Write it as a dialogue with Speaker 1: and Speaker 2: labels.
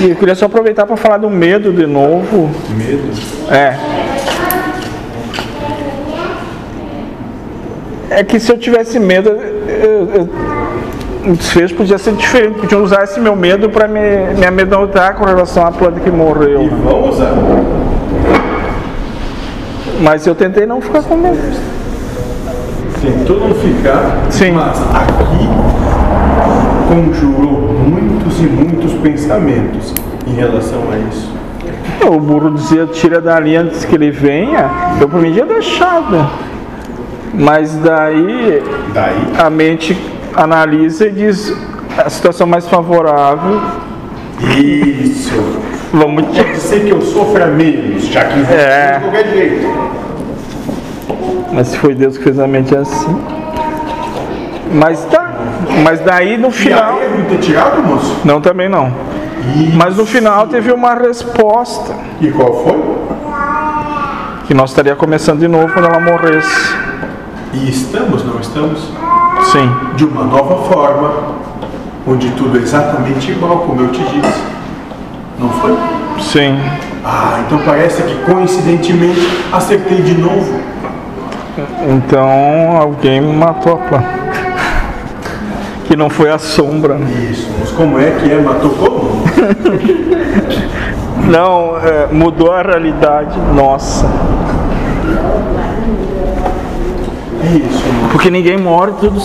Speaker 1: E eu queria só aproveitar para falar do medo de novo.
Speaker 2: Medo.
Speaker 1: É. É que se eu tivesse medo, eu- eu- o desfecho podia ser diferente. Podia usar esse meu medo para me, me amedrontar com relação à planta que
Speaker 2: E
Speaker 1: morreu.
Speaker 2: vão usar.
Speaker 1: Mas eu tentei não ficar com medo.
Speaker 2: Tentou não ficar,
Speaker 1: Sim.
Speaker 2: mas aqui conjurou muitos e muitos pensamentos em relação a isso.
Speaker 1: O burro dizia tira dali antes que ele venha. Eu por mim tinha deixado. Mas daí
Speaker 2: Daí
Speaker 1: a mente analisa e diz a situação mais favorável.
Speaker 2: Isso.
Speaker 1: Vamos
Speaker 2: Quer dizer que eu sofra menos, já que você
Speaker 1: É.
Speaker 2: de qualquer jeito.
Speaker 1: Mas se foi Deus que fez a mente assim. Mas tá. Mas daí no
Speaker 2: E
Speaker 1: final.
Speaker 2: aí é muito tirado, moço?
Speaker 1: Não, também não. Mas no final teve uma resposta.
Speaker 2: E qual foi?
Speaker 1: Que nós estaria começando de novo quando ela morresse.
Speaker 2: E estamos, não estamos?
Speaker 1: Sim.
Speaker 2: De uma nova forma, onde tudo é exatamente igual, como eu te disse. Não foi?
Speaker 1: Sim.
Speaker 2: Ah, então parece que coincidentemente acertei de novo.
Speaker 1: Então alguém matou a planta. Que não foi a sombra. né?
Speaker 2: Isso, mas como é que é? Matou como?
Speaker 1: Não, é, mudou a realidade nossa.
Speaker 2: É isso, moço.
Speaker 1: Porque ninguém morre, tudo